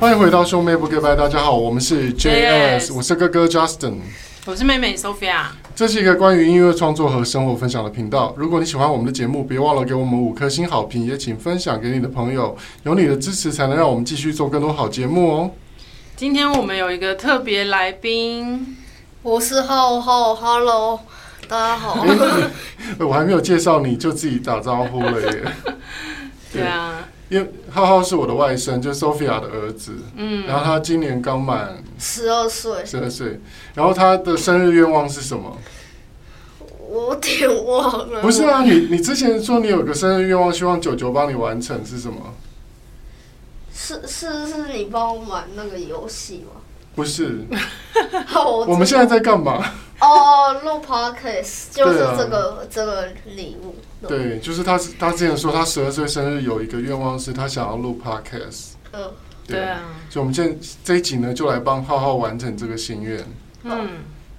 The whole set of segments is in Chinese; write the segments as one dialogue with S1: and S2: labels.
S1: 欢迎回到兄妹不 goodbye，大家好，我们是 JS，
S2: JS
S1: 我是哥哥 Justin。
S2: 我是妹妹 Sophia，
S1: 这是一个关于音乐创作和生活分享的频道。如果你喜欢我们的节目，别忘了给我们五颗星好评，也请分享给你的朋友。有你的支持，才能让我们继续做更多好节目哦。
S2: 今天我们有一个特别来宾，
S3: 我是浩浩，Hello，大家 好。
S1: 呃我还没有介绍你就自己打招呼了耶。
S2: 对啊，
S1: 因为浩浩是我的外甥，就是 Sophia 的儿子，
S2: 嗯，
S1: 然后他今年刚满
S3: 十二岁，
S1: 十二岁，然后他的生日愿望是什么？
S3: 我有点忘了。
S1: 不是啊，你你之前说你有个生日愿望，希望九九帮你完成是什么？
S3: 是是是你帮我玩那个游戏吗？
S1: 不是，
S3: 好，我
S1: 我们现在在干嘛？
S3: 哦录 podcast 就是
S1: 对啊
S3: 这个、这个礼物。，
S1: 对，就是他他之前说他十二岁生日有一个愿望是他想要录 podcast，
S3: 嗯，
S2: 对，啊，
S1: 所以我们现在这一集呢就来帮浩浩完成这个心愿。
S2: 嗯，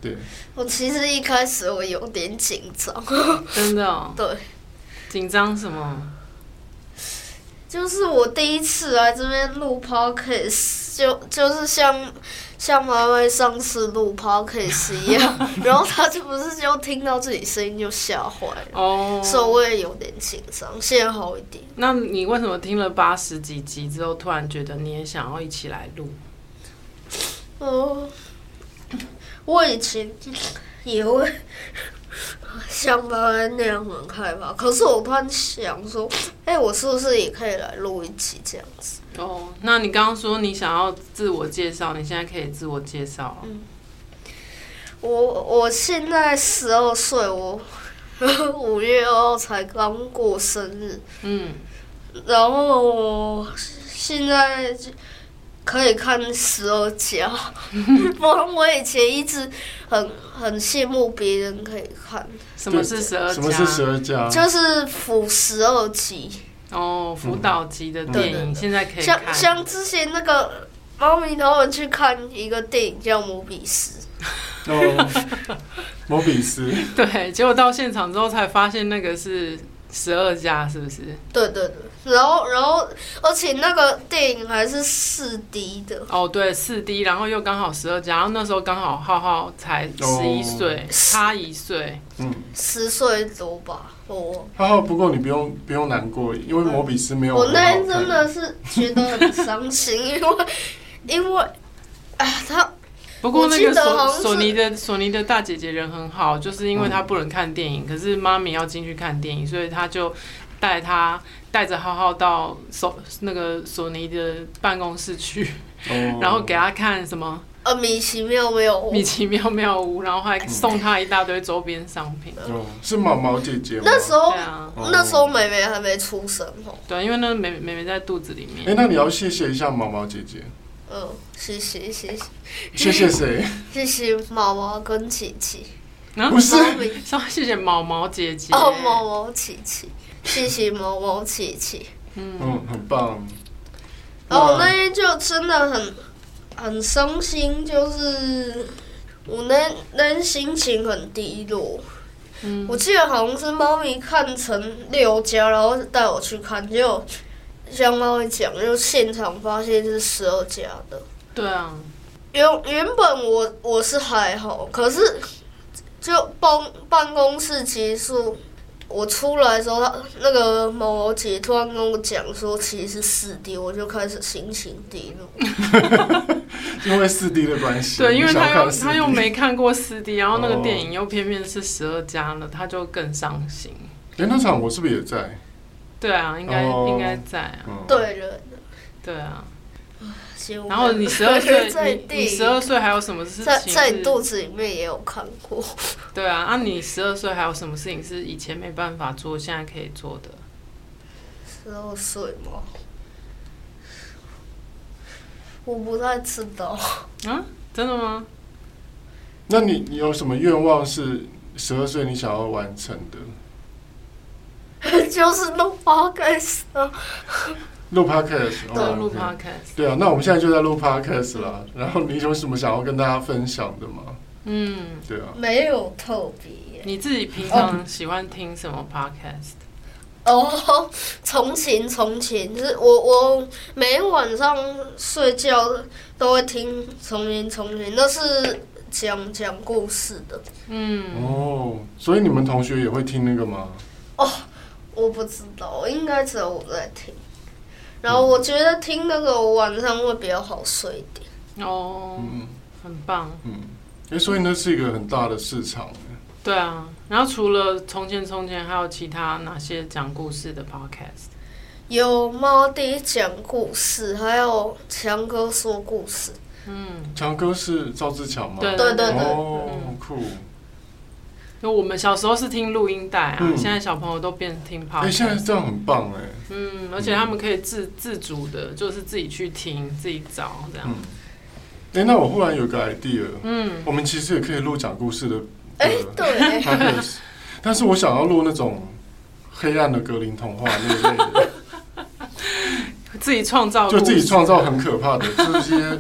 S1: 对，
S3: 我其实一开始我有点紧张，
S2: 真的哦，
S3: 对，
S2: 紧张什么？
S3: 就是我第一次来这边录 podcast，就就是像像妈妈上次录 podcast 一 样，然后她就不是就听到自己声音就吓坏了。
S2: 哦，
S3: 所以我也有点紧张，现在好一点。
S2: 那你为什么听了八十几集之后，突然觉得你也想要一起来录？
S3: 哦，我以前也会像妈妈那样很害怕，可是我突然想说，哎、我是不是也可以来录一集这样子？
S2: 哦，那你刚刚说你想要自我介绍，你现在可以自我介绍了。
S3: 嗯我我现在十二岁，我 五月二号才刚过生日，
S2: 嗯，
S3: 然后我现在就可以看十二 家，不然我以前一直很很羡慕别人可以看，
S2: 什么是十二家？
S1: 什么是十二 加？
S2: 啊
S3: 就是辅十二集，
S2: 哦，辅导级的电
S3: 对
S2: 影、
S3: 对
S1: 嗯
S3: 对
S2: 现在可以
S3: 像
S2: 看。
S3: 像之前那个猫咪他们去看一个电影叫《摩比斯》，
S1: 哦，摩比斯。
S2: 对，结果到现场之后才发现那个是十二家，是不是？
S3: 对对对，然后然后而且那个电影还是四 D 的，
S2: 哦，对，四 D，然后又刚好十二家，然后那时候刚好浩浩才
S1: 哦
S2: 十一岁，差一岁。
S1: 嗯，
S3: 十岁多吧，我
S1: 浩浩，不过你不用不用难过，因为摩比斯没有
S3: 我
S1: 很好
S3: 那
S1: 看。
S3: 天真的是觉得很伤心， 因为因为啊，他
S2: 不过那
S3: 我
S2: 个
S3: 记得好
S2: 索
S3: 像是
S2: 索尼的索尼的大姐姐人很好，就是因为她不能看电
S1: 嗯
S2: 影，可是妈咪要进去看电影，所以她就带她带着浩浩到索那个索尼的办公室去，
S1: 哦
S2: 然后给他看什么
S3: 呃米奇妙妙哦屋
S2: 米，奇妙妙屋，然后还送他一大堆周边商品。
S1: 哦，是毛毛姐姐吗？
S3: 那时候、
S2: 对啊，
S1: 哦
S3: 那时候妹妹还没出生哦，
S2: 对，因为那个妹妹妹在肚子里
S1: 哎、
S2: 面，
S1: 那你要谢谢一下毛毛姐姐，
S3: 嗯，谢谢谢
S1: 谢
S3: 谢
S1: 谢 谁？
S3: 谢谢毛毛跟琪琪，
S2: 然后
S1: 不是
S3: 猫咪
S2: 稍微嗯谢谢毛毛姐姐。
S3: 哦毛毛琪琪，谢谢毛毛琪琪，
S2: 嗯，
S1: 嗯，很棒。
S3: 然后我
S1: 哇
S3: 那天就真的很很伤心，就是我那那天心情很低落，
S2: 嗯
S3: 我记得好像是猫咪看成六家，然后带我去看，结果像猫咪讲，就现场发现是十二家的。
S2: 对啊，
S3: 原原本我我是还好，可是就办办公室结束，我出来的时候，他那个毛毛姐突然跟我讲说，其实是四 D，我就开始心情低
S2: 嗯
S3: 落。
S1: 因为四 D 的关系，
S2: 对，因为
S1: 你想
S2: 他
S1: 要
S2: 又
S1: 看 4D
S2: 他又没看过四 D，然后那
S1: 哦
S2: 个电影又偏偏是十二加了，他就更伤心。
S1: 哎、那场我是不是也在？
S2: 对啊，应该、
S1: 哦
S2: 应该在啊，
S1: 嗯，，
S3: 对了，
S2: 对啊。
S3: 结果
S2: 然后你 十二
S3: 在
S2: 岁，你你
S3: 地
S2: 十二岁还有什么事情
S3: 在
S2: 是？
S3: 在你肚子里面也有看过。
S2: 对啊，那、你十二岁还有什么事情是以前没办法做，现在可以做的？
S3: 十二岁吗？我不太知道。
S2: 啊，真的吗？
S1: 那你你有什么愿望是十二岁你想要完成的？
S3: 就是弄花开始啊，
S1: 录 podcast，
S2: 在
S1: 哦
S2: 录
S1: OK
S2: podcast。
S1: 对啊，那我们现在就在录 podcast 啦。然后你有什么想要跟大家分享的吗？
S2: 嗯，
S1: 对啊，
S3: 没有特别耶。
S2: 你自己平常喜欢听什么 podcast？
S3: 哦，重琴重琴，就是我我每天晚上睡觉都会听重琴重琴，那是讲讲故事的。
S2: 嗯，
S1: 哦，所以你们同学也会听那个吗？
S3: 我不知道，应该只有我在听。然后我觉得听那个我晚上会比较好睡一点。
S2: 哦，
S1: 嗯
S2: 很棒，
S1: 嗯，哎、所以那是一个很大的市场。
S2: 对啊。然后除了《从前从前》，还有其他哪些讲故事的 podcast？
S3: 有猫弟讲故事，还有强哥说故事。
S2: 嗯，
S1: 强哥是赵志强吗？
S2: 对
S3: 对
S2: 对
S3: 对
S1: 哦，
S2: 嗯
S1: 酷！
S2: 就我们小时候是听录音带啊，
S1: 嗯
S2: 现在小朋友都变成听
S1: 哎、现在
S2: podcast。
S1: 这样很棒哎、
S2: 嗯，而且他们可以自自主的，就是自己去听、自己找这样
S1: 嗯。哎、那我忽然有个 idea，
S2: 嗯，
S1: 我们其实也可以录讲故事的
S3: 哎、
S1: 的
S3: 对，
S1: podcast，但是我想要录那种黑暗的格林童话那一类 的，
S2: 自己创造，
S1: 就自己创造，很可怕的，就是一些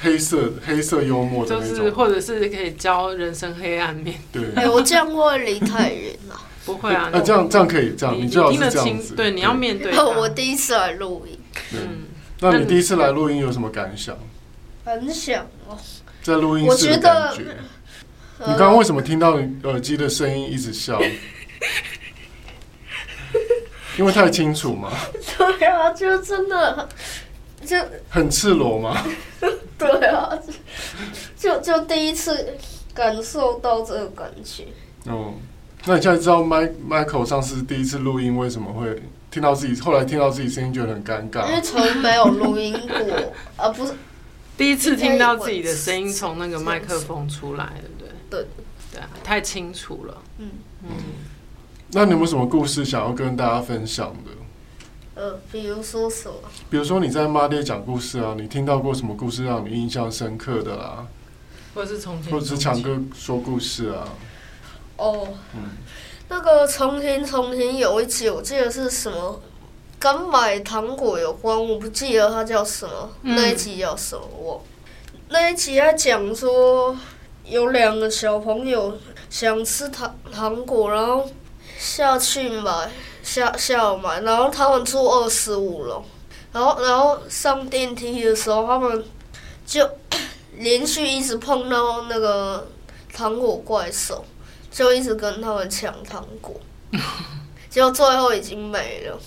S1: 黑色黑色幽默的
S2: 就
S1: 那
S2: 是
S1: 种。
S2: 或者是可以教人生黑暗面。
S1: 对，
S3: 哎、我这样会不会离太远了、
S2: 不会啊，
S1: 那哎这样这样可以这样，
S2: 你
S1: 最好
S2: 听得
S1: 是这样
S2: 清，
S1: 子。
S2: 对，你要。面对它。啊
S3: 哦我第一次来录音，
S1: 对
S2: 嗯，
S1: 那你第一次来录音有什么感想？
S3: 很想哦。
S1: 在录音室的感觉？你刚刚为什么听到你耳机的声音一直 笑？因为太清楚嘛，
S3: 对啊，就真的，就
S1: 很赤裸嘛。
S3: 对啊，就就就第一次感受到这个感觉。
S1: 哦，那你现在知道 Mike Michael 上次第一次录音为什么会听到自己，后来听到自己声音觉得很尴
S3: 因
S1: 尬？
S3: 为从没有录音过，啊，不是，
S2: 第一次听到自己的声音从那个麦克风出来，对不对？
S3: 对，
S2: 对啊，太清楚了。
S3: 嗯
S2: 嗯
S1: 那你有没有什么故事想要跟大家分享的？
S3: 呃，比如说什么，
S1: 比如说你在妈爹讲故事啊，你听到过什么故事让你印象深刻的啦，
S2: 或者是从前，
S1: 或者是强哥说故事啊？
S3: 哦，
S1: 嗯
S3: 那个重听重听有一集，我记得是什么跟买糖果有关，我不记得它叫什么，
S2: 嗯
S3: 那一集叫什么我。那一集在啊讲说，有两个小朋友想吃糖糖果，然后下去买，下下午买，然后他们住二十五楼，然后然后上电梯的时候，他们就连续一直碰到那个糖果怪兽，就一直跟他们抢糖 果，结果最后已经没了。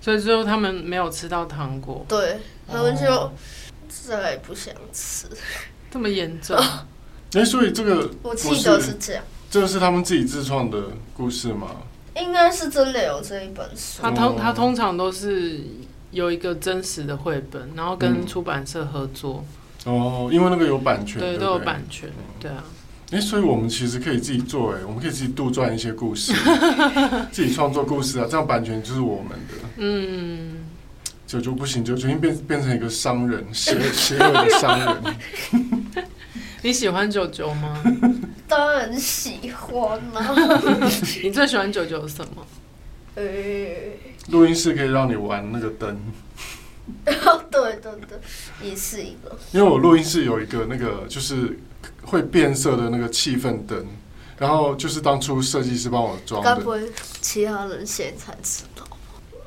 S2: 所以最后他们没有吃到糖果，
S3: 对，他们就
S1: 哦
S3: 再也不想吃。
S2: 这么严重。
S1: 哎、所以这个
S3: 我
S1: 故
S3: 记得是
S1: 事，
S3: 这样，
S1: 这个是他们自己自创的故事吗？
S3: 应该是真的有这一本 书。
S2: 他通
S1: 哦
S2: 他通常都是有一个真实的绘本，然后跟
S1: 嗯
S2: 出版社合作，
S1: 哦，因为那个有版权，对
S2: 对，
S1: 不
S2: 都
S1: 对，
S2: 有版权，对啊。
S1: 哎、所以我们其实可以自己做、哎，我们可以自己杜撰一些故 事，自己创作故事啊，这样版权就是我们的。
S2: 嗯，
S1: 九九不行，九九已经变变成一个商人，邪邪恶的商 人。
S2: 你喜欢九九 吗？
S3: 当然喜欢 啊啦、
S2: 你最喜欢九九什么？
S3: 呃，
S1: 录音室可以让你玩那个灯，
S3: 对对对，也是一个。
S1: 因为我录音室有一个那个就是会变色的那个气氛灯，然后就是当初设计师帮我装
S3: 该不
S1: 的。
S3: 会其他人现在才知道？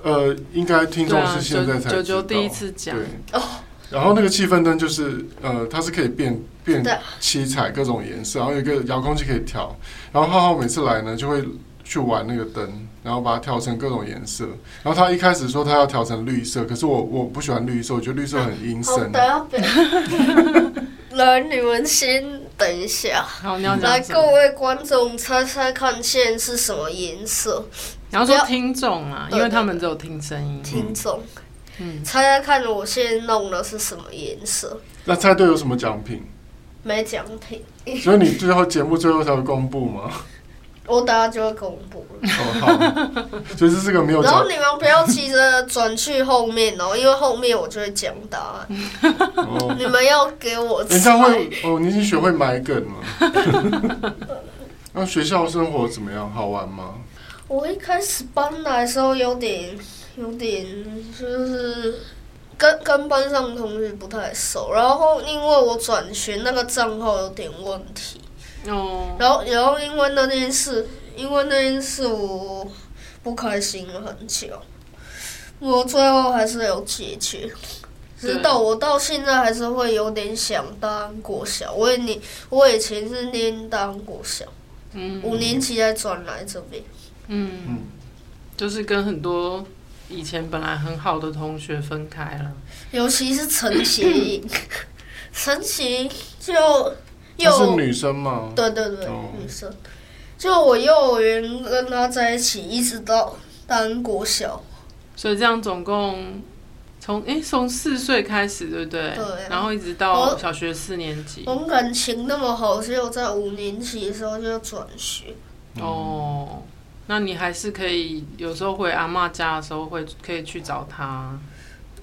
S1: 呃，应该听
S2: 对
S1: 众
S2: 啊，
S1: 是现在才知道。
S2: 九九第一次讲，
S1: 对
S3: 哦，
S1: 然后那个气氛灯就是呃，它是可以变变
S3: 对
S1: 七彩各种颜色，然后有一个遥控器可以调。然后浩浩每次来呢，就会去玩那个灯，然后把它调成各种颜色。然后他一开始说他要调成绿色，可是我我不喜欢绿色，我觉得绿色很阴
S3: 好，
S1: 森
S3: 等。
S2: 啊
S3: 下别。 来，你们先等一下。
S2: 好，你要
S3: 来，
S2: 讲什
S3: 各
S2: 么？
S3: 位观众，猜猜看现在是什么颜色？
S2: 你要
S3: 不
S2: 说
S3: 要
S2: 听众啊，
S3: 对
S2: 因为他们只有听声音。
S3: 听众，
S2: 嗯，
S3: 猜猜看我现在弄的是什么颜色？
S1: 那猜对有什么奖品？
S3: 没奖品，
S1: 所以你最后节目最后才会公布吗？
S3: 我等下就会公布了。
S1: 哦，好，所以这是个没有
S3: 然
S1: 奖
S3: 后你们不要急着转去后面哦，因为后面我就会讲 答案。
S1: 哦。
S3: 你们要给我
S1: 人家
S3: 猜
S1: 会。哦，你已经学会埋梗了。 那学校生活怎么样？好玩吗？
S3: 我一开始搬来的时候有点有点就是跟跟班上同学不太熟，然后因为我转学那个账号有点问题，
S2: 哦，
S3: 然后然后因为那件事，因为那件事我不开心了很久，不过最后还是有解决。直到我到现在还是会有点想当国小，我也念，我以前是念当国小，
S2: 嗯
S3: 五年级才转来这边。
S2: 嗯
S1: 嗯，
S2: 就是跟很多以前本来很好的同学分开了。
S3: 尤其是陈绮 莹，陈绮莹就
S1: 她是
S3: 又
S1: 女生嘛，
S3: 对对对，
S1: 哦
S3: 女生。就我幼儿园跟她在一起，一直到当国小，
S2: 所以这样总共从诶从四岁开始，对不对？
S3: 对啊
S2: 然后一直到
S3: 我
S2: 小学四年级。
S3: 我们感情那么好，只有在五年级的时候就转学。
S1: 嗯
S2: 哦，那你还是可以有时候回阿嬷家的时候会可以去找她，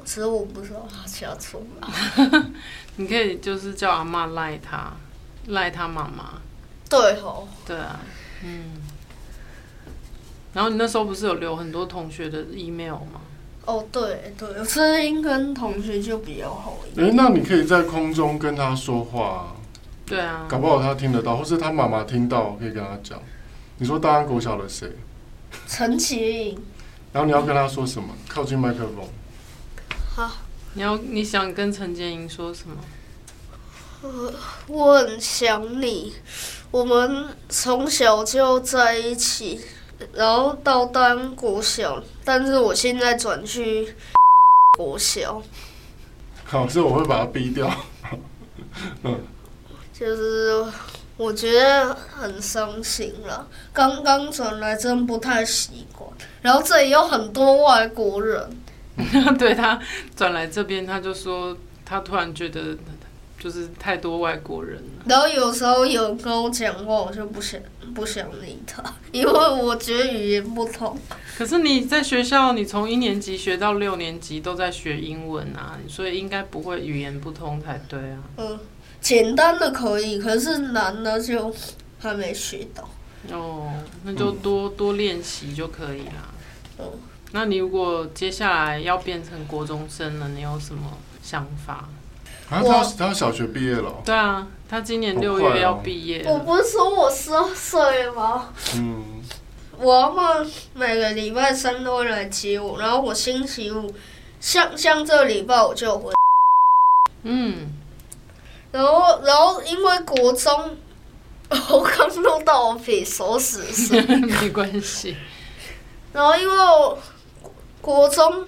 S3: 其实我不知道她家住哪。
S2: 你可以就是叫阿嬷赖她，赖她妈妈。
S3: 对吼，
S2: 对啊，嗯。然后你那时候不是有留很多同学的 email 吗？
S3: 哦对对，我声音跟同学就比较好一点。
S1: 哎、那你可以在空中跟她说话，
S2: 对啊，
S1: 搞不好她听得到，或是她妈妈听到，可以跟她讲。你说大安国小的谁？
S3: 陈绮莹，
S1: 然后你要跟她说什么？靠近麦克风。
S3: 哈，
S2: 你要你想跟陈建英说什么？
S3: 我很想你，我们从小就在一起，然后到当国小，但是我现在转去国小，
S1: 好，这我会把它逼掉。啊
S3: 就是我觉得很伤心了。刚刚转来真不太习惯，然后这里有很多外国人，
S2: 对他转来这边，他就说他突然觉得就是太多外国人了。
S3: 然后有时候有人跟我讲话，我就不想不想理他，因为我觉得语言不通。
S2: 可是你在学校，你从一年级学到六年级都在学英文啊，所以应该不会语言不通才对啊。
S3: 嗯，简单的可以，可是难的就还没学到。
S2: 哦，那就多、多练习就可以啦。
S3: 嗯，
S2: 那你如果接下来要变成国中生了，你有什么想法？
S1: 啊，
S3: 我
S1: 她她小学毕业了哦、
S2: 对啊，他今年
S1: 好
S2: 六
S1: 快
S2: 月
S1: 哦
S2: 要毕业
S3: 我
S2: 了。
S3: 不是说我十二岁吗？
S1: 嗯，
S3: 我阿妈每个礼拜三都会来接我，然后我星期五，像像这礼拜我就回。
S2: 嗯，
S3: 然后然后因为国中， 我刚弄到我比手指生，
S2: 没关系。
S3: 然后因为我国中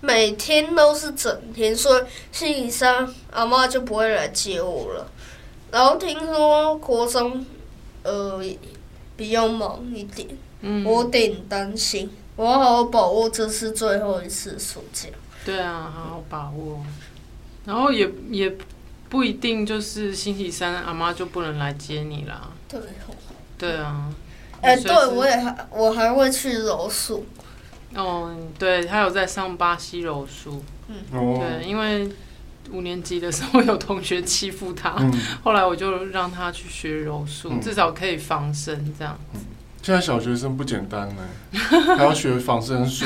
S3: 每天都是整天，所以星期三阿妈就不会来接我了。然后听说国中呃比较忙一点，
S2: 嗯，
S3: 我有点担心。我要好好把握这次最后一次暑假。
S2: 对啊，好好把握。然后也也不一定就是星期三阿妈就不能来接你啦。
S3: 对哦，
S2: 对啊。
S3: 哎、
S2: 你随
S3: 对
S2: 时
S3: 我也还我还会去柔术，
S2: 哦，对，他有在上巴西柔术。
S1: 哦，
S2: 对，因为五年级的时候有同学欺负他，
S1: 嗯，
S2: 后来我就让他去学柔术，
S1: 嗯
S2: 至少可以防身这样。
S1: 现在小学生不简单呢，还要学仿生术。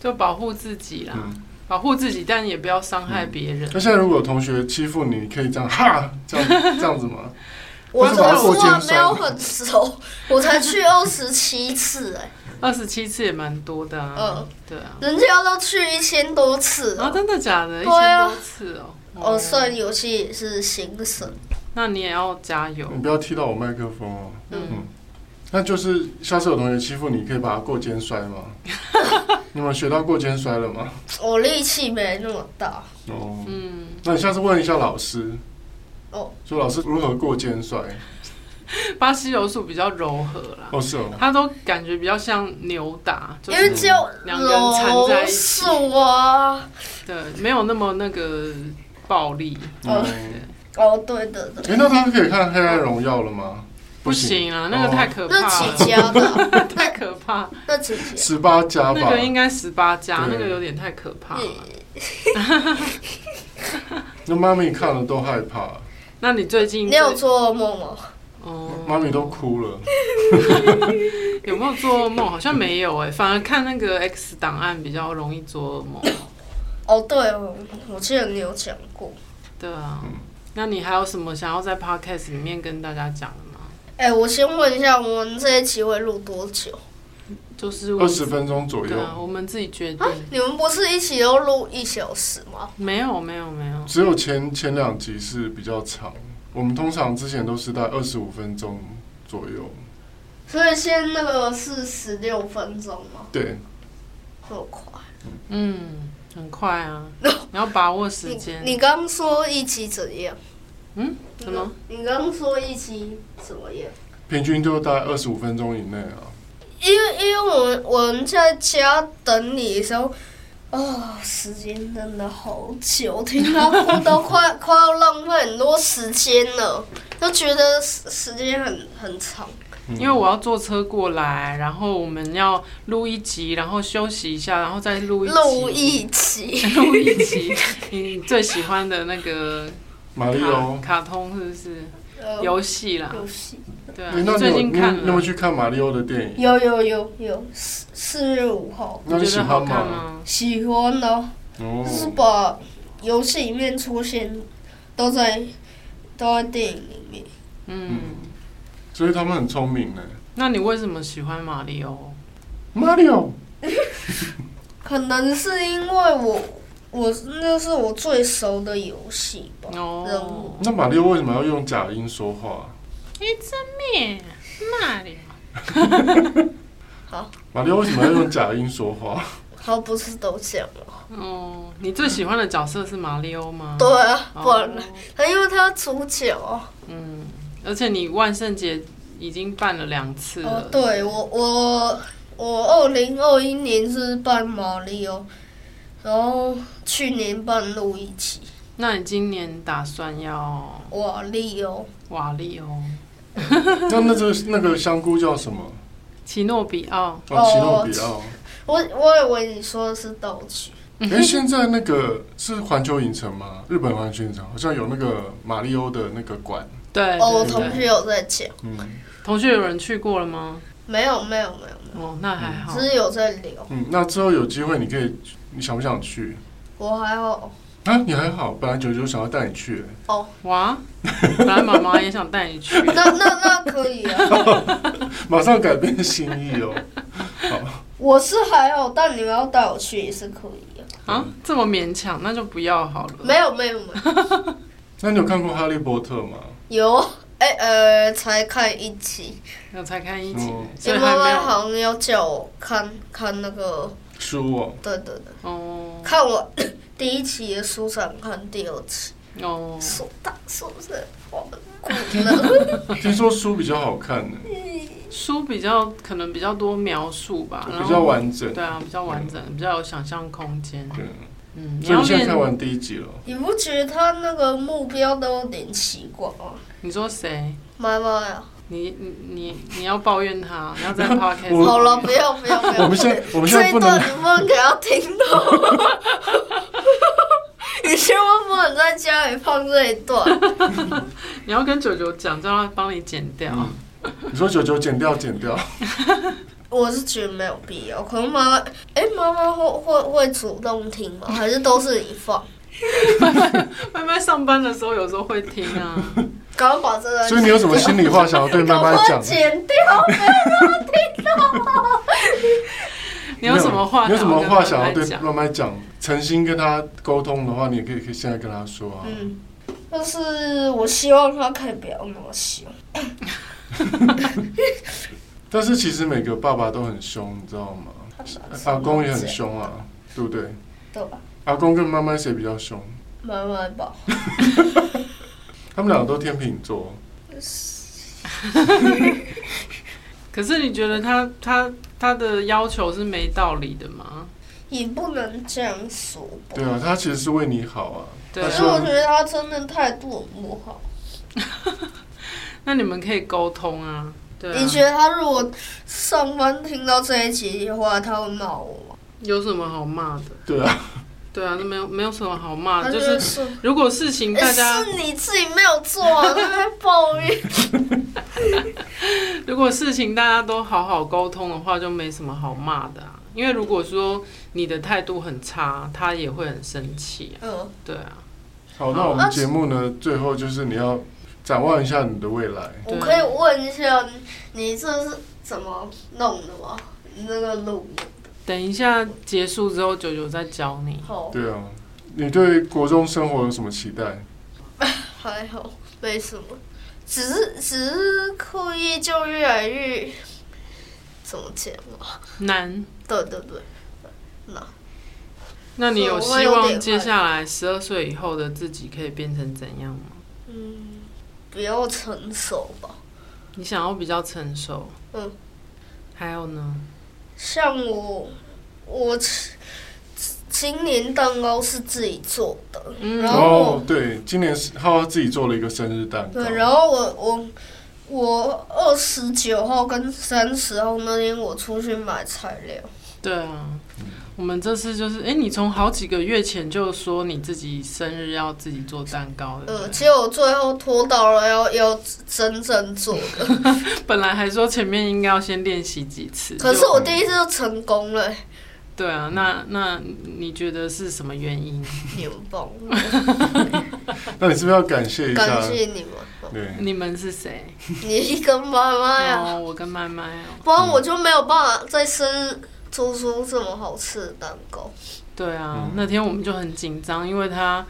S2: 就保护自己啦，
S1: 嗯，
S2: 保护自己，但也不要伤害别人。
S1: 那现在如果有同学欺负你，你可以这样哈，这样这样子吗？
S3: 我
S1: 为什么要
S3: 柔
S1: 过
S3: 术
S1: 肩
S3: 还没有
S1: 摔
S3: 很熟，我才去二十七次哎、
S2: 二十七次也蛮多的啊，
S3: 嗯
S2: 对啊。
S3: 人家都去一千多次了
S2: 啊，真的假的？一
S3: 对啊
S2: 千多次哦。
S3: 哦，算游戏也是行神，
S2: 那你也要加油。
S1: 你不要踢到我麦克风哦。
S2: 嗯
S1: 嗯，那就是下次有同学欺负你，可以把他过肩摔吗？ 你们学到过肩摔了吗？
S3: 我力气没那么大。
S1: 哦，
S2: 嗯，
S1: 那你下次问一下老师，
S3: 哦，
S1: 说老师如何过肩摔？
S2: 嗯巴西柔术比较柔和啦，
S1: 哦，是哦，
S2: 它都感觉比较像扭打，就
S3: 因为
S2: 是
S3: 只有
S2: 两个人缠在
S3: 柔
S2: 一起
S3: 术啊。
S2: 对，没有那么那个暴力。
S1: 嗯
S3: 哦，哦，对对对，
S1: 哎，那他可以看《黑暗荣耀》了吗？哦
S2: 不行啊，那个太可
S3: 那
S2: 怕
S3: 几
S2: 了，
S3: 家 的，
S2: 太可怕，
S3: 那几家。
S1: 十八加吧
S2: 那。个应该十八加，
S1: 对
S2: 那个有点太可怕了。
S3: 嗯
S1: 那妈咪看了都害怕，
S2: 那你最近
S3: 你有
S2: 最
S3: 做噩梦吗？
S1: 妈
S2: 哦，
S1: 咪都哭了。
S2: 有没有做噩梦？好像没有哎、
S1: 嗯
S2: 反而看那个 X 档案比较容易做噩梦。
S1: 嗯
S3: 哦，对哦，我记得你有讲过。
S2: 对啊，那你还有什么想要在 Podcast 里面跟大家讲的吗？
S3: 哎，我先问一下，我们这一期会录多久？
S2: 就是我
S1: 二十分钟左
S2: 对啊，
S1: 右，
S2: 我们自己决定
S3: 啊。，你们不是一起要录一小时吗？
S2: 没有没有没有，
S1: 只有前前两集是比较长，我们通常之前都是在二十五分钟左右。
S3: 所以先那个是十六分钟吗？
S1: 对，
S3: 这么快？
S2: 嗯，很快啊，你要把握时间。
S3: 你你刚说一起怎样？
S2: 嗯，什么？
S3: 你刚说一起怎么样？
S1: 平均就大概二十五分钟以内啊。
S3: 因为因为我们我们在家等你的时候，哦，时间真的好久，听到话都快快要浪费很多时间了，就觉得时时间很很长。
S1: 嗯
S2: 因为我要坐车过来，然后我们要录一集，然后休息一下，然后再录一集
S3: 录一集，
S2: 录一集。你最喜欢的那个
S1: 马里
S2: 卡
S1: 欧，
S2: 卡通是不是
S3: 呃
S2: 游戏啦？
S3: 游戏
S2: 对啊，
S1: 诶那你
S2: 你最
S1: 有
S2: 近
S1: 你
S2: 看
S1: 有你有没有
S2: 了，
S1: 去看马里欧的电影？
S3: 有有有有四四月五号
S1: 那
S2: 你觉
S1: 喜
S2: 得好
S1: 欢
S2: 看啊
S1: 吗？
S2: 吗？
S3: 喜欢的，就是
S1: 哦，
S3: 把游戏里面出现都在都在电影里面。
S2: 嗯，
S1: 所以他们很聪明呢。
S2: 那你为什么喜欢马里奥？
S1: 马里欧，
S3: 可能是因为我我那是我最熟的游戏吧，任务
S2: 哦，
S1: 那马里欧为什么要用假音说话？
S2: ，It's a me，马里奥。
S1: 马里欧为什么要用假音说话？
S3: 他不是都这样吗？
S2: 哦，你最喜欢的角色是马里奥吗？
S3: 对啊，
S2: 哦
S3: 不然呢他因为他主角啊
S2: 嗯，而且你万圣节已经办了两次了，
S3: 哦，对我我我二零二一年是办马里奥，然后去年办路易奇
S2: 那你今年打算要
S3: 瓦利欧，
S2: 瓦力哦，
S1: 那那这那个香菇叫什么？
S2: 奇诺比奥，
S1: 哦，奇诺比奥。
S3: 我我以为你说的是道具，
S2: 嗯
S1: 哎、现在那个是环球影城吗？日本环球影城好像有那个马里欧的那个馆，
S2: 对，
S3: 哦，我
S2: 哎对
S3: 同
S2: 对
S3: 学有在讲，
S1: 嗯
S2: 同学有人去过了吗？
S3: 没有没有没有，
S2: 哦，那还好
S3: 只，是有在聊，
S1: 嗯，那之后有机会你可以，你想不想去
S3: 我还好
S1: 啊？你还好，本来九九想要带你去、
S3: 哦，
S2: 哇，本来妈妈也想带你 去，
S3: 那那那可以啊。
S1: 马上改变心意哦。
S3: 我是还好，但你们要带我去也是可以的。
S2: 啊，这么勉强，那就不要好了。
S3: 没有没有没有，
S1: 那你有看过《哈利波特》吗？
S3: 有哎、呃，才看一集，
S2: 那才看一集
S1: 嗯，
S2: 所
S3: 你
S2: 以
S3: 妈
S2: 还没
S3: 妈
S2: 有
S3: 好像要叫我看看那个，
S1: 书哦，
S3: 对对对，
S2: 哦
S3: 看我 第一期的书上看第二期，
S2: 哦，
S3: 手大是不是我们滚了？
S1: 听说书比较好看呢，
S2: 书比较可能比较多描述吧，然后
S1: 哦比较完整。
S2: 对啊，比较完整，比较有想象空间。
S1: 对，
S2: 嗯，你
S1: 所以
S2: 要
S1: 你现在
S2: 练
S1: 看，完第一集了，
S3: 你不觉得他那个目标都有点奇怪吗？
S2: 你说谁？
S3: 妈妈呀，
S2: 你你你你要抱怨他，你要在 podcast
S1: 我
S3: 好了，不要不要不要，
S1: 我们现在我们现
S3: 这
S1: 在
S3: 一
S1: 不
S3: 段
S1: 能
S3: 你不能给他听到，你千万不能在家里放这一段。
S2: 你要跟九九讲，叫他帮你剪掉。
S1: 嗯你说九九剪掉剪掉，
S3: 我是觉得没有必要，可能妈妈，哎、妈妈会会会主动听吗？还是都是你放？
S2: 麦麦上班的时候有时候会听啊，
S3: 赶快把这
S2: 呃
S3: 段，
S1: 所以你有什么心里话想要对
S3: 赶
S1: 麦麦
S3: 快
S1: 讲？
S3: 剪掉，不要让他听到。
S2: 你有什么话？
S1: 你有什么话想要
S2: 要
S1: 对
S2: 跟麦麦讲？
S1: 慢慢讲？诚心跟他沟通的话，你也可以可以现在跟他说啊。
S3: 嗯，但是我希望他可以不要那么凶。
S1: 但是其实每个爸爸都很凶，你知道吗？阿啊公也很，凶啊，对不对？
S3: 对吧？
S1: 阿公跟妈妈谁比较凶？
S3: 妈妈吧，
S1: 他们两个都天秤座，
S2: 可是你觉得他他他的要求是没道理的吗？
S3: 也不能这样说吧。
S1: 对啊，他其实是为你好啊。
S2: 对
S1: 他
S3: 可是我
S1: 说
S3: 觉得他真的态度很不好。
S2: 那你们可以沟通啊。对啊
S3: 你觉得他如果上班听到这一集的话，他会骂我吗？
S2: 有什么好骂的？
S1: 对啊，
S2: 对啊，那没有没有什么好骂
S3: 他
S2: 啊的，就
S3: 会
S2: 是
S3: 说。
S2: 如果事情大
S3: 哎
S2: 家
S3: 是你自己没有做啊，在那边抱怨。
S2: 如果事情大家都好好沟通的话，就没什么好骂的啊。因为如果说你的态度很差，他也会很生气啊。
S3: 嗯，
S2: 对啊，
S1: 好，那我们节目呢，最后就是你要展望一
S2: 啊
S1: 下你的未来。
S3: 我可以问一下，你这是怎么弄的吗？那个录影。
S2: 等一下结束之后，九九再教你。
S3: 好，
S1: 对啊，你对国中生活有什么期待？
S3: 还好，没什么，只是只是刻意就越来越怎么讲啊？
S2: 难，
S3: 对对对，那
S2: 那你有
S3: 所以
S2: 希
S3: 我有点
S2: 望接下来十二岁以后的自己可以变成怎样吗？
S3: 嗯，比较成熟吧。
S2: 你想要比较成熟，
S3: 嗯，
S2: 还有呢？
S3: 像我，我青青年蛋糕是自己做的，
S2: 嗯
S3: 然后
S1: 哦，对，今年是浩浩自己做了一个生日蛋糕，
S3: 对，然后我我我二十九号跟三十号那天我出去买材料，
S2: 对啊，我们这次就是，哎、你从好几个月前就说你自己生日要自己做蛋糕，对不
S3: 呃，
S2: 对？
S3: 结果最后拖到了要要真正做的，
S2: 本来还说前面应该要先练习几次，
S3: 可是
S2: 就
S3: 我第一次就成功了，
S2: 对啊，那那你觉得是什么原因？
S3: 牛棒，
S1: 那你是不是要感谢一下？
S3: 感谢你们，
S1: 对，
S2: 你们是谁？
S3: 你跟妈妈哎呀，
S2: 哦，我跟麦麦哦。
S3: 不然我就没有办法再生日做出这么好吃的蛋糕。
S2: 对啊，
S1: 嗯
S2: 那天我们就很紧张，因为他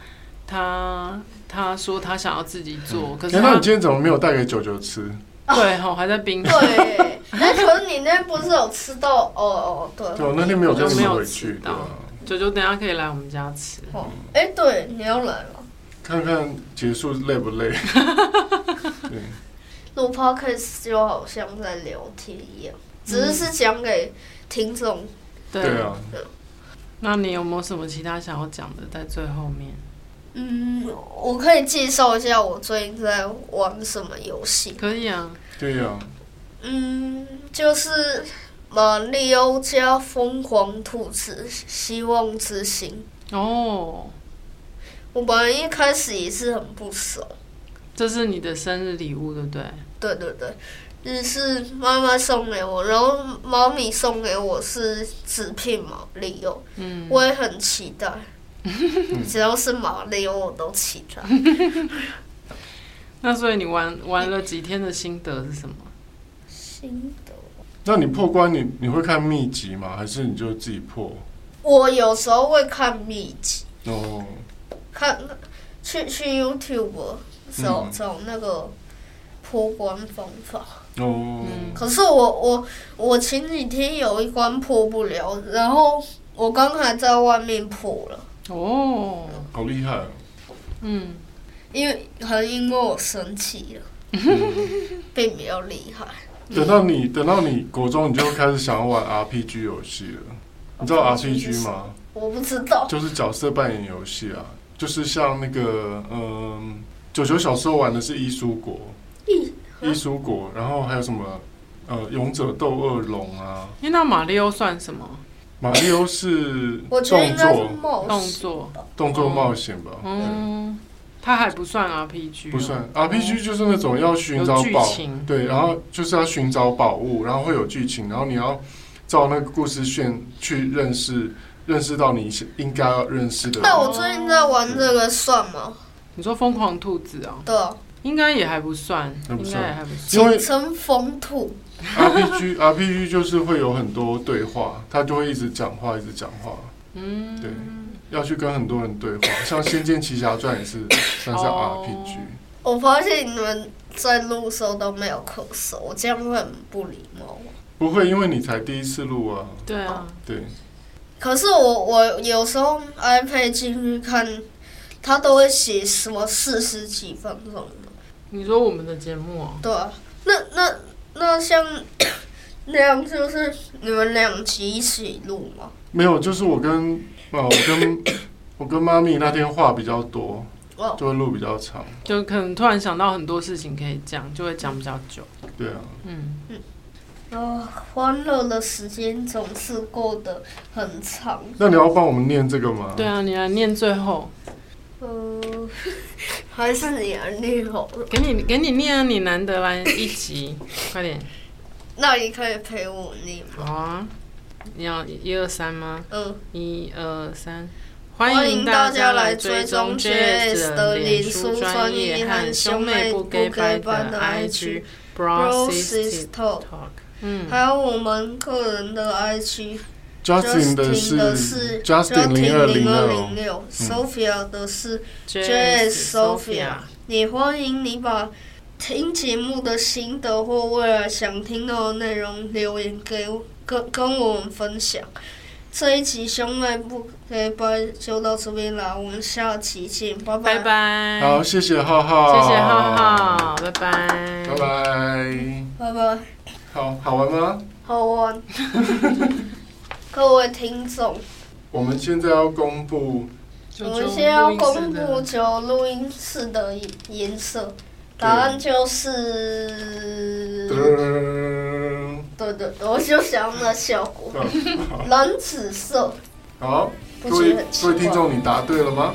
S2: 他他说他想要自己做，可是
S1: 哎那
S2: 他
S1: 你今天怎么没有带给九九吃？
S3: 啊
S2: 对吼还在冰箱，
S3: 对，哎，可是你那天不是有吃到？哦哦，对，
S1: 对，我啊那天没有跟你
S2: 我没有
S1: 们回
S2: 吃
S1: 去，对啊
S2: 到
S1: 吧？
S2: 九九等一下可以来我们家吃。
S3: 哦，哎，对，你要来了。
S1: 看看结束累不累？对，
S3: 录 podcast 就好像在聊天一样，只是是讲给听众。
S2: 对
S1: 对啊，
S2: 那你有没有什么其他想要讲的？在最后面，
S3: 嗯，我可以介绍一下我最近在玩什么游戏。
S2: 可以啊。
S1: 对啊，
S3: 嗯，就是《马里奥加疯狂兔子希望之星》。
S2: 哦，
S3: 我本来一开始也是很不熟，
S2: 这是你的生日礼物，对不对？
S3: 对对对，就是妈妈送给我，然后猫咪送给我是纸片马里奥，
S2: 嗯，
S3: 我也很期待。只要是马里奥，我都期待。
S2: 那所以你玩玩了几天的心得是什么？
S3: 心得，
S1: 那你破关你你会看秘籍吗？还是你就自己破？
S3: 我有时候会看秘籍，
S1: 哦，
S3: 看去去 YouTube 找、
S1: 嗯
S3: 找那个破关方法。
S1: 哦，
S2: 嗯
S3: 可是我我我前几天有一关破不了，然后我刚才在外面破了，
S2: 哦，
S1: 好厉害哦！
S2: 嗯，
S3: 因为可能因为我生气了，
S1: 嗯
S3: 并没有厉害。
S1: 等到你等到你国中，你就开始想要玩 RPG 游戏了。你知道
S3: 哦
S1: RPG 吗？
S3: 我不知道，
S1: 就是角色扮演游戏啊，就是像那个嗯，九九小时候玩的是伊苏国，
S3: 咦
S1: 伊苏国，然后还有什么呃，勇者斗恶龙啊，
S2: 诶那马里奥算什么
S1: 马里奥是
S3: 我觉得应
S1: 动
S3: 该是
S1: 作
S3: 冒
S2: 动
S3: 险。
S2: 作？
S1: 动作冒险吧，
S2: 嗯，它还不算 RPG，哦
S1: 不算 RPG 就是那种要寻找
S2: 有剧
S1: 宝，
S2: 情
S1: 对，然后就是要寻找宝物，然后会有剧情，然后你要照那个故事线去认识，认识到你应该要认识的人。
S3: 但我最近在玩这个算吗？
S2: 你说疯狂兔子哦，
S3: 对啊，
S2: 应该也还不算，
S1: 还不
S2: 应
S1: 算
S2: 该也还不算。
S1: 因为
S3: 简称风兔。
S1: RPG RPG 就是会有很多对话，他就会一直讲话，一直讲话，
S2: 嗯，
S1: 对要去跟很多人对话。像《仙剑奇侠传》也是算是
S2: 哦
S1: RPG，
S3: 我发现你们在录的时候都没有咳嗽，我这样会很不礼貌。
S1: 不会，因为你才第一次录啊，
S2: 对啊，
S1: 对，
S3: 可是我我有时候 iPad 进去看，它都会写什么四十几分钟的，
S2: 你说我们的节目哦，
S3: 对啊，那那那像 那样就是你们两集一起录吗？
S1: 没有，就是我跟啊，我跟 我跟妈咪那天话比较多，
S3: 哦，
S1: 就会录比较长，
S2: 就可能突然想到很多事情可以讲，就会讲比较久。
S1: 对啊。
S2: 嗯，
S3: 然后呃欢乐的时间总是过得很长，
S1: 那你要帮我们念这个吗？
S2: 对啊，你来念最后，
S3: 嗯、 还是你安利好了，
S2: 给你给你念啊，你难得来一集，快点，
S3: 那你可以陪我念吗？
S2: 好啊。你要一二三吗？
S3: 嗯，
S2: 一二三。
S3: 欢
S2: 欢
S3: 迎
S2: 迎
S3: 大
S2: 大
S3: 家
S2: 家
S3: 来
S2: 来
S3: 追
S2: 追
S3: 踪
S2: 踪
S3: JS
S2: JS
S3: 的
S2: 的
S3: 脸
S2: 脸
S3: 书
S2: 书
S3: 专
S2: 专
S3: 业
S2: 业
S3: 和
S2: 和
S3: 兄
S2: 兄
S3: 妹
S2: 妹不
S3: 不给
S2: 给
S3: 掰
S2: 掰
S3: 的
S2: 的
S3: IG
S2: IG
S3: Bro
S2: Bro
S3: Sis
S2: Sis
S3: Talk
S2: Talk。嗯，
S3: 还有我们个人的 IG
S1: Justin 的
S3: 的
S1: 是
S3: Justin
S1: Justin 零二哦嗯零啊
S3: 二
S1: 二
S3: 零六，Sophia 的是
S2: J
S3: JS Sophia。也欢迎你把听节目的心得或未来想听到的内容留言给我跟跟我们分享。这一集兄妹不陪伴就到这边了，我们下期见，拜拜。
S2: 拜拜。
S1: 好，谢谢浩浩，
S2: 谢谢浩，浩，拜拜，
S1: 拜拜。
S3: 拜拜，
S1: 好好玩吗？
S3: 好玩。各位听众，
S1: 我们现在要公布，
S2: 就
S3: 我
S2: 就
S3: 们现在要
S2: 录
S3: 公
S2: 音室的
S3: 布九录音室的颜色，答案就是
S1: 噔，嗯
S3: 对对，我就想要那效果，
S1: 好
S3: 蓝紫色。
S1: 好，
S3: 不
S1: 各
S3: 是
S1: 位
S3: 很奇
S1: 各
S3: 怪
S1: 位听众，你答对了吗？